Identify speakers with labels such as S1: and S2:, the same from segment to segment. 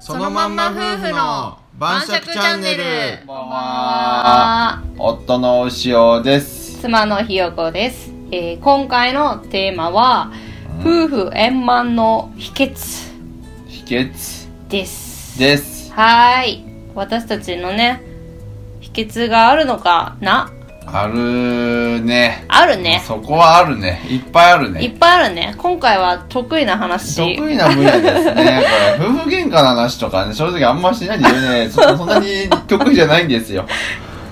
S1: そのまんま夫婦の晩酌チャンネル
S2: こんばんは夫のおしおです
S3: 妻のひよこです、えー今回のテーマは夫婦円満の秘訣
S2: 秘訣
S3: です
S2: です
S3: はーい私たちのね秘訣があるのかな
S2: あるね
S3: あるね
S2: そこはあるねいっぱいある
S3: いっ
S2: ね
S3: ぱいあるね今回は得意な話
S2: 得意な分野です ねこれ夫婦喧嘩の話とかね正直あんましないんでねそそんなに得意じゃないんですよ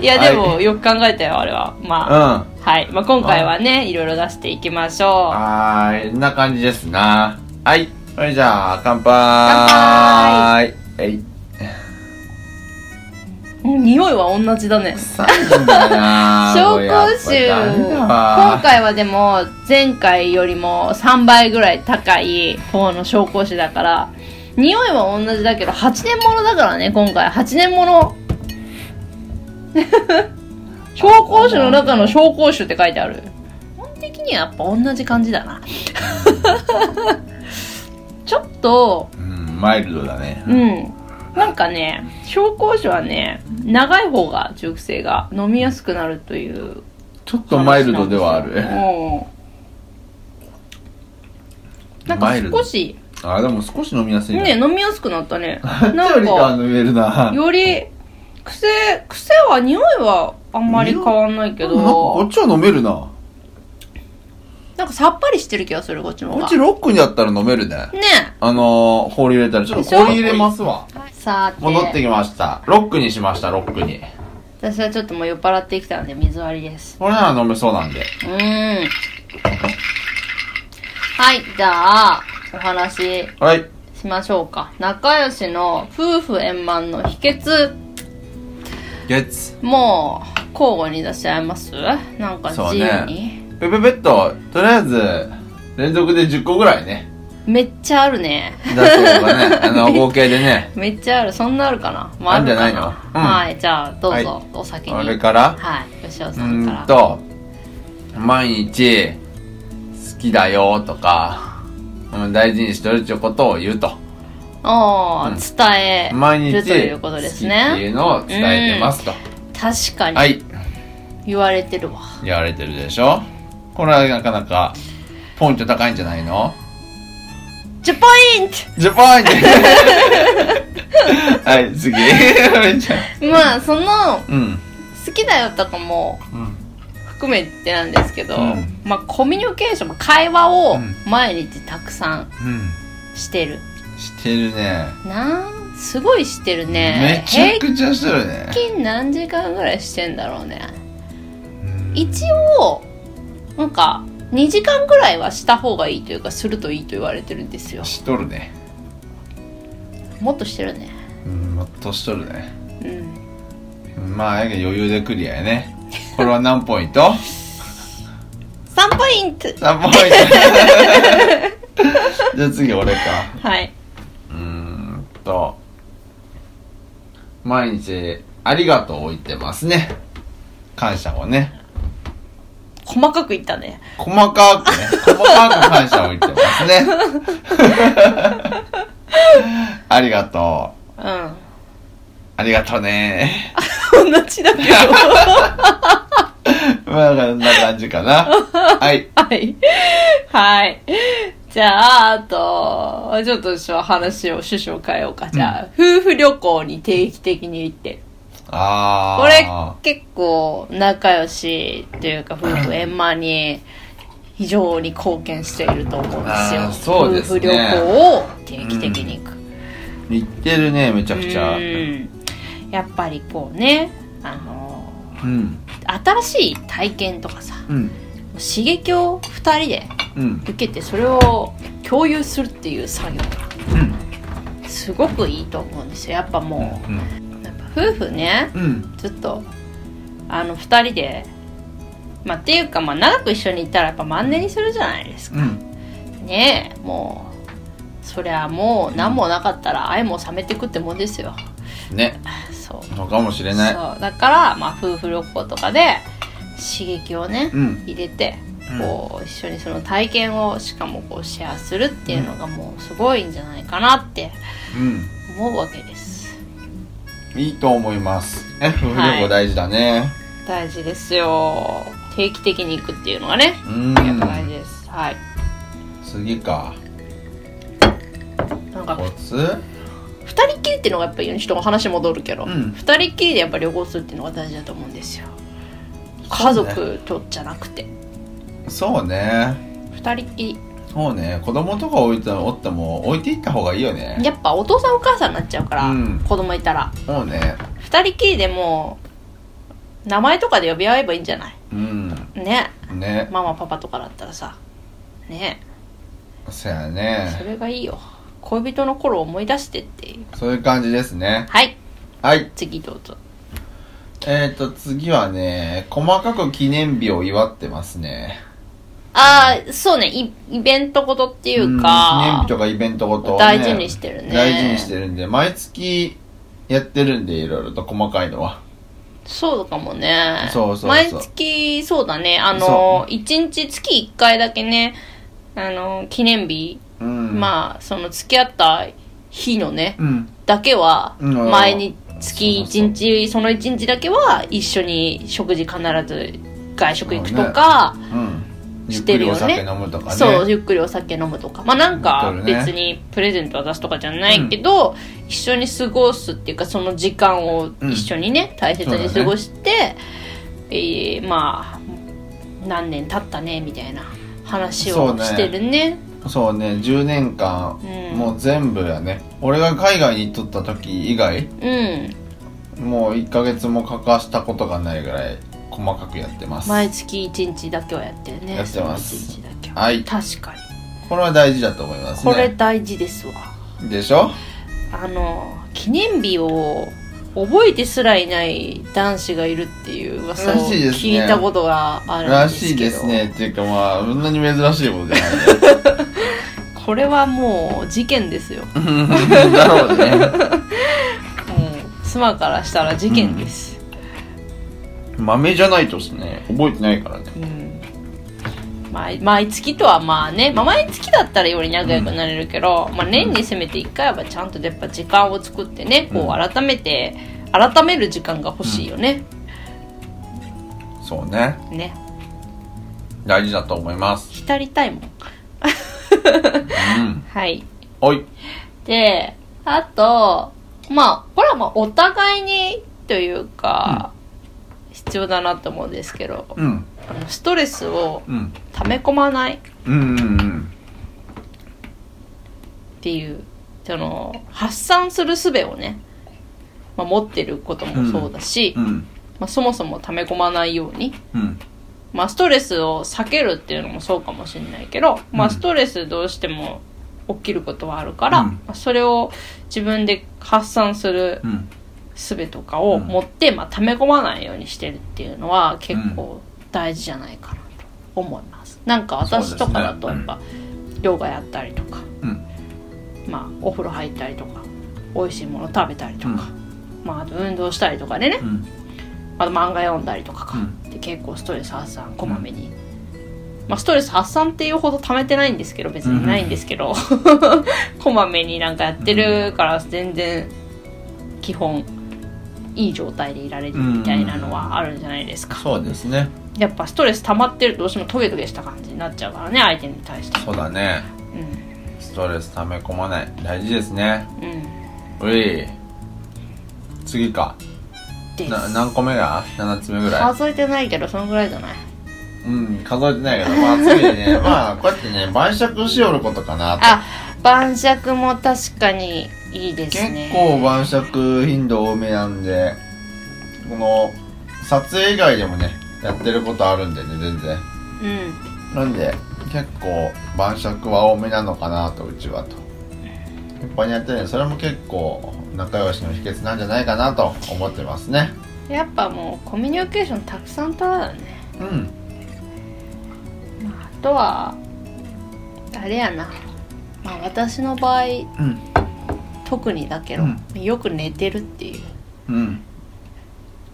S3: いやでも、
S2: は
S3: よく考えたよあれは
S2: うん
S3: まあ、
S2: は
S3: はい、まあ、今回はねいろいろ出していきましょう
S2: ーいこんな感じですなはいそれじゃあ乾杯えい
S3: うん匂いは同じだね
S2: 臭いんだな
S3: 紹興酒今回はでも前回よりも3倍ぐらい高い方の紹興酒だから匂いは同じだけど8年ものだからね今回8年もの紹興酒の中の紹興酒って書いてある基本的にはやっぱ同じ感じだな ちょっと
S2: うんマイルドだね
S3: うんなんかね紹興酒はね長い方が熟成が飲みやすくなるという
S2: ちょっとマイルドではある。
S3: うんなん
S2: マ
S3: か
S2: イルド
S3: 少し
S2: あ、でも少し飲みやすい
S3: ね
S2: ね。
S3: 飲みやすくなった ね
S2: な
S3: なんん
S2: か
S3: か
S2: 飲めるな。
S3: より癖癖は匂いはあんまり変わんないけ
S2: でもなんかこ
S3: ど
S2: っちは飲めるな。
S3: なんかさっぱりしてる気がするこっちの方
S2: こっ
S3: が
S2: ち
S3: ね
S2: ロックにあったら飲めるね。あのー、氷入れたら、ちょっと氷入れますわ。
S3: さて
S2: 戻ってきました。ロックにしました、ロックに。
S3: 私はちょっともう酔っ払ってきたので水割りです
S2: これなら飲めそうなんで。
S3: うーんはいじゃあお話し
S2: はい。
S3: しましょうか仲良しの夫婦円満の秘訣
S2: ゲッツ。
S3: もう交互に出し合いますなんか
S2: そう
S3: 自
S2: ね
S3: 由に、
S2: ペペペっと、とりあえず、連続で10個ぐらいね。
S3: めっちゃあるね
S2: 出してとかね。あの、合計でね。
S3: めっちゃあるそんなあるかな、ま
S2: あるんじゃ
S3: るか
S2: ないのうん
S3: はいじゃあ どうぞ、
S2: はい
S3: お先に
S2: これから、
S3: はい吉尾
S2: う
S3: さんか
S2: ー
S3: ら
S2: んと、毎日、好きだよとか、うん大事にしてるっていうことを言うと。
S3: おー伝え
S2: 毎
S3: る
S2: 日、
S3: ということです
S2: 好きってい
S3: ね
S2: うのを伝えてますと。
S3: 確か
S2: は
S3: に
S2: い。
S3: 言われてるわ、
S2: 言われてるでしょこれはなかなか、ポイント高いんじゃないの
S3: 10ポイン
S2: ジャパンに はい、次。 めっちゃ
S3: トまあその
S2: うん。
S3: 好きだよとかも
S2: うん
S3: 含めてなんですけど、
S2: うん
S3: まあコミュニケーション会話を
S2: うん
S3: 毎日たくさん
S2: うん。
S3: してる、
S2: してるね。
S3: なあすごいしてるね
S2: めちゃくちゃしてるね。
S3: 平均何時間ぐらいしてんだろうね一応なんか2時間ぐらいはした方がいいというかするといいと言われてるんですよ
S2: しとるね。
S3: もっとしてるね
S2: うん、もっとしとるね。
S3: うん
S2: まあ、やけど余裕でクリアやね。これは何ポイント
S3: 3ポイント
S2: ?3 ポイント。じ ゃあ次俺か。
S3: はいう
S2: ーんと、毎日、ありがとうを言ってますね。感謝をね。
S3: 細かくいったね
S2: 細かくね、細かく感謝を言ってますね。 ありがとう。
S3: うん
S2: ありがとうね。
S3: 同じだ けど
S2: まあ、こんな感じかな。はい。
S3: はいはいじゃああとちょっと私は話を趣旨を変えようかじゃあ、夫婦旅行に定期的に行ってるこれ
S2: あ
S3: 結構仲良しというか夫婦円満に非常に貢献していると思うんです
S2: あ
S3: よ
S2: ーそうですね
S3: 夫婦旅行を定期的に行く、
S2: これ、言ってるね、めちゃくちゃ。う
S3: う
S2: ん
S3: やっぱりこうねあの
S2: ん。
S3: 新しい体験とかさ
S2: うん。
S3: 刺激を2人で
S2: うん。
S3: 受けてそれを共有するっていう作業
S2: うん。
S3: がすごくいいと思うんですよやっぱも
S2: うん。
S3: うやっぱ夫婦ね
S2: うん。
S3: ちょっとあの2人でまあっていうかまあ長く一緒にいたらやっぱマンネリするじゃないですか
S2: うん。
S3: ねえもうそりゃもう何もなかったら愛も冷めてくってもんですよ
S2: ね。
S3: そう
S2: そうかもしれ
S3: そう
S2: ない。
S3: だからまあ夫婦旅行とかで刺激をね
S2: うん。
S3: 入れて
S2: うん
S3: こう一緒にその体験をしかもこうシェアするっていうのがもうすごいんじゃないかなって
S2: うん。
S3: 思うわけです
S2: いいと思いますね夫婦旅行大事だね、
S3: 大事ですよ定期的に行くっていうのはね
S2: うん
S3: やっぱ大事ですはい
S2: 次か
S3: なんか
S2: コツ
S3: 二人っきりっていうのがやっぱ人が話戻るけど、
S2: うん
S3: 二人っきりでやっぱ旅行するっていうのが大事だと思うんですよ家族とじゃなくて
S2: そうね
S3: 二人っきり
S2: そうね子供とか置いておっても置いていった方がいいよね
S3: やっぱお父さんお母さんになっちゃうから、
S2: うん
S3: 子供いたら
S2: そうね
S3: 二人っきりでもう名前とかで呼び合えばいいんじゃない
S2: うん
S3: ね
S2: ね
S3: ママパパとかだったらさね
S2: そうや
S3: そ
S2: ね
S3: れがいいよ恋人の頃を思い出してっていう
S2: そういう感じですね
S3: はい
S2: はい
S3: 次どうぞ
S2: えっ、ー、と次はね細かく記念日を祝ってますね
S3: ああそうねイイベントごとってい
S2: ん
S3: う
S2: 記念
S3: か
S2: 日とかイベントごとをね、
S3: 大事にしてるね
S2: 大事にしてるんで毎月やってるんでいろいろと細かいのは
S3: そうかもね
S2: そうそうそう
S3: 毎月そうだねあの一日月一回だけねあの記念日、
S2: うん
S3: まあその付き合った日のね
S2: うん
S3: だけは
S2: うん
S3: 前に月
S2: そうそう
S3: 1日その1日だけは一緒に食事必ず外食行くとか、
S2: うんゆっ
S3: し
S2: く
S3: てる
S2: り
S3: よ
S2: お
S3: ね
S2: 酒飲むとかね
S3: そうゆっくりお酒飲むとかまあなんか
S2: 本当だね
S3: 別にプレゼント渡すとかじゃないけど、一緒に過ごすっていうかその時間を
S2: うん
S3: 一緒にね、大切に過ごして、えーまあ何年経ったねみたいな話
S2: そう
S3: を
S2: ね
S3: してるね
S2: そうね10年間、
S3: うん
S2: もう全部やね俺が海外に行っとった時以外もう1ヶ月も欠かしたことがないぐらい細かくやってま
S3: うん
S2: す
S3: 毎月1日だけはやってるね
S2: やってます
S3: その1日だけは
S2: はい
S3: 確かに
S2: これは大事だと思います
S3: これ
S2: ね
S3: 大事ですわ、
S2: でしょ
S3: あの記念日を覚えてすらいない男子がいるっていう噂を
S2: らしいですね
S3: 聞いたことがあるん
S2: ら
S3: です
S2: し
S3: け
S2: いで
S3: ど
S2: すねっていうかまあそんなに珍しいことじゃない
S3: これはもう事件ですよも
S2: だろうね
S3: う妻からしたら事件です、
S2: 豆じゃないとですね覚えてないからね
S3: うん毎毎月とはまあね、まあ、毎月だったらより仲良くなれるけど、まあ、年にせめて1回はちゃんとやっぱ時間を作ってねこう改めて改める時間が欲しいよね、
S2: そうね
S3: ね
S2: 大事だと思います
S3: 浸りたいもん
S2: うん
S3: はい
S2: おい
S3: で、あと、まあ、これはまあ、お互いにというか、必要だなと思うんですけど、
S2: うん
S3: あのストレスを
S2: うん
S3: 溜め込まないっ
S2: うんうんうん
S3: ていう、その、発散する術をね、まあ、持ってることもそうだし、
S2: うん
S3: まあ、そもそも溜め込まないように、
S2: うん
S3: まあ、ストレスを避けるっていうのもそうかもしれないけど、ま
S2: うん
S3: あ、ストレスどうしても起きることはあるから、
S2: うん
S3: まあそれを自分で発散する
S2: うん
S3: すべとかを持って、まあ、溜め込まないようにしてるっていうのは結構大事じゃないかなと思います、なんか私とかだと
S2: そうです
S3: やっ
S2: ね
S3: ぱ、ヨガやったりとか、
S2: うん
S3: まあ、お風呂入ったりとか美味しいもの食べたりと
S2: う
S3: か、
S2: ん
S3: まあ、あと運動したりとかでね
S2: うん
S3: あと漫画読んだりとかか、
S2: う
S3: で結構ストレス発散こまめに、まあ、ストレス発散っていうほど溜めてないんですけど別にないんですけど、 こまめになんかやってるから全然基本いい状態でいられるみたいなのはあるんじゃないですか、
S2: そうですね
S3: やっぱストレス溜まってるとどうしてもトゲトゲした感じになっちゃうからね相手に対して
S2: そうだね
S3: うん
S2: ストレス溜め込まない大事ですね
S3: う
S2: う
S3: ん
S2: い次か
S3: です
S2: な何個目が7つ目ぐらい
S3: 数えてないけどそのぐらいじゃない
S2: うん数えてないけどまあ次ね まあこうやってね晩酌しよることかなと
S3: あ晩酌も確かにいいです
S2: 結
S3: ね
S2: 構晩酌頻度多めなんでこの撮影以外でもねやってることあるんでね全然
S3: うん
S2: なんで結構晩酌は多めなのかなとうちはと一般にやってるんでそれも結構仲良しの秘訣なんじゃないかなと思ってますね
S3: やっぱもうコミュニケーションたくさん取らだね
S2: うん
S3: あとはあれやな、まあ、私の場合
S2: うん
S3: 特にだけど、
S2: う
S3: よく寝てるっていう
S2: うん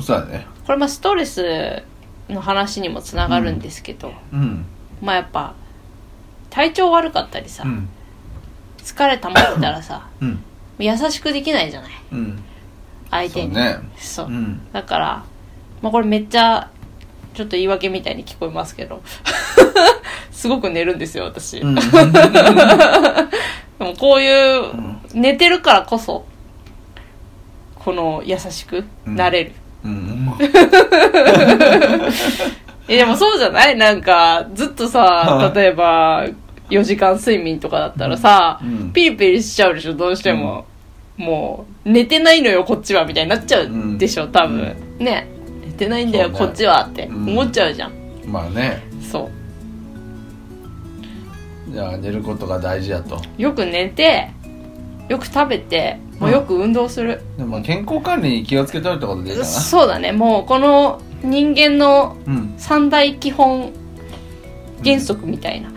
S2: そうだね
S3: これまあストレスの話にもつながるんですけど、
S2: うん
S3: まあやっぱ体調悪かったりさ、
S2: うん
S3: 疲れ溜まってたらさ
S2: うん
S3: 優しくできないじゃない
S2: うん
S3: 相手
S2: そう
S3: に
S2: ね
S3: そううんだから、まあ、これめっちゃちょっと言い訳みたいに聞こえますけど すごく寝るんですよ私、
S2: うん
S3: でもこういう、
S2: ん
S3: 寝てるからこそこの優しくなれる、
S2: うん
S3: えでもそうじゃないなんかずっと
S2: は
S3: さ
S2: い
S3: 例えば4時間睡眠とかだったらさ、
S2: うん
S3: ピリピリしちゃうでしょどうしても、もう寝てないのよこっちはみたいになっちゃうでしょ、
S2: うん
S3: 多分ね寝てないんだよ、
S2: そう
S3: こ
S2: ね
S3: っちはって
S2: うん
S3: 思っちゃうじゃん、
S2: まあね
S3: そ
S2: じゃあ寝ることが大事だと
S3: うよく寝てよく食べてもう
S2: うん
S3: よく運動する、
S2: でも健康管理に気をつけとるってことでいいかな
S3: そうだねもうこの人間の
S2: うん
S3: 三大基本原則みたいな、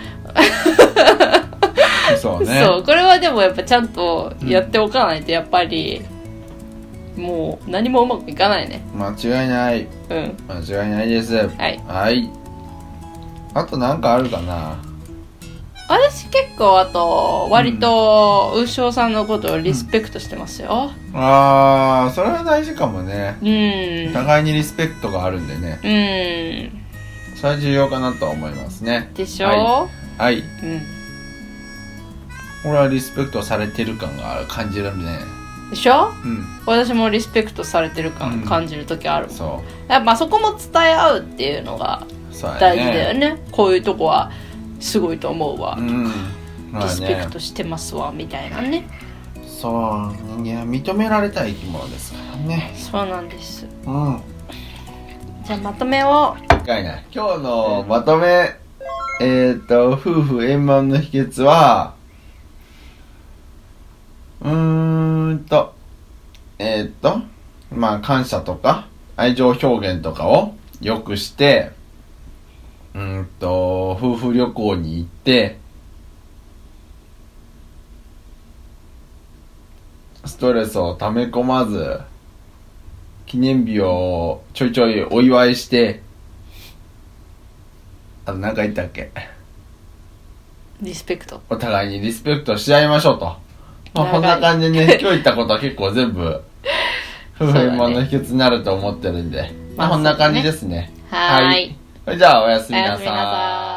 S2: そうね
S3: そうこれはでもやっぱちゃんとやっておかないとやっぱり、もう何もうまくいかないね
S2: 間違いない
S3: うん
S2: 間違いないですはいあとなんかあるかな
S3: 私結構あと割とウショウさんのことをリスペクトしてますよ
S2: あーそれは大事かもね
S3: うんうん、
S2: 互いにリスペクトがあるんでねそれは重要かなとは思いますね
S3: でしょ、
S2: ははい
S3: うん
S2: 俺はリスペクトされてる感が感じるね
S3: でしょ
S2: うん
S3: 私もリスペクトされてる感
S2: うん
S3: 感じる時ある、
S2: そ
S3: やっぱそこも伝え合うっていうのが
S2: うそうや
S3: 大事だよねこういうとこはすごいと思うわ、
S2: うんま
S3: リ
S2: あ
S3: スペ
S2: ね
S3: クトしてますわみたいなね
S2: そう人間は認められたい生き物ですからね
S3: そうなんです
S2: うん
S3: じゃあまとめを
S2: 一回な今日のまとめえっ、と夫婦円満の秘訣はうーんとえっ、とまあ感謝とか愛情表現とかをよくしてうーんと夫婦旅行に行ってストレスをため込まず記念日をちょいちょいお祝いしてあと何か言ったっけ
S3: リスペクト
S2: お互いにリスペクトし合いましょうと。まあ、
S3: 長
S2: こ
S3: い
S2: んな感じで ね、今日言ったことは結構全部、夫婦円満の秘訣になると思ってるんで、ま
S3: まあ
S2: あ、こんな感じですね。
S3: はーい
S2: それじゃあ、おやす
S3: お
S2: みな
S3: や
S2: さ
S3: す
S2: ー
S3: みなさ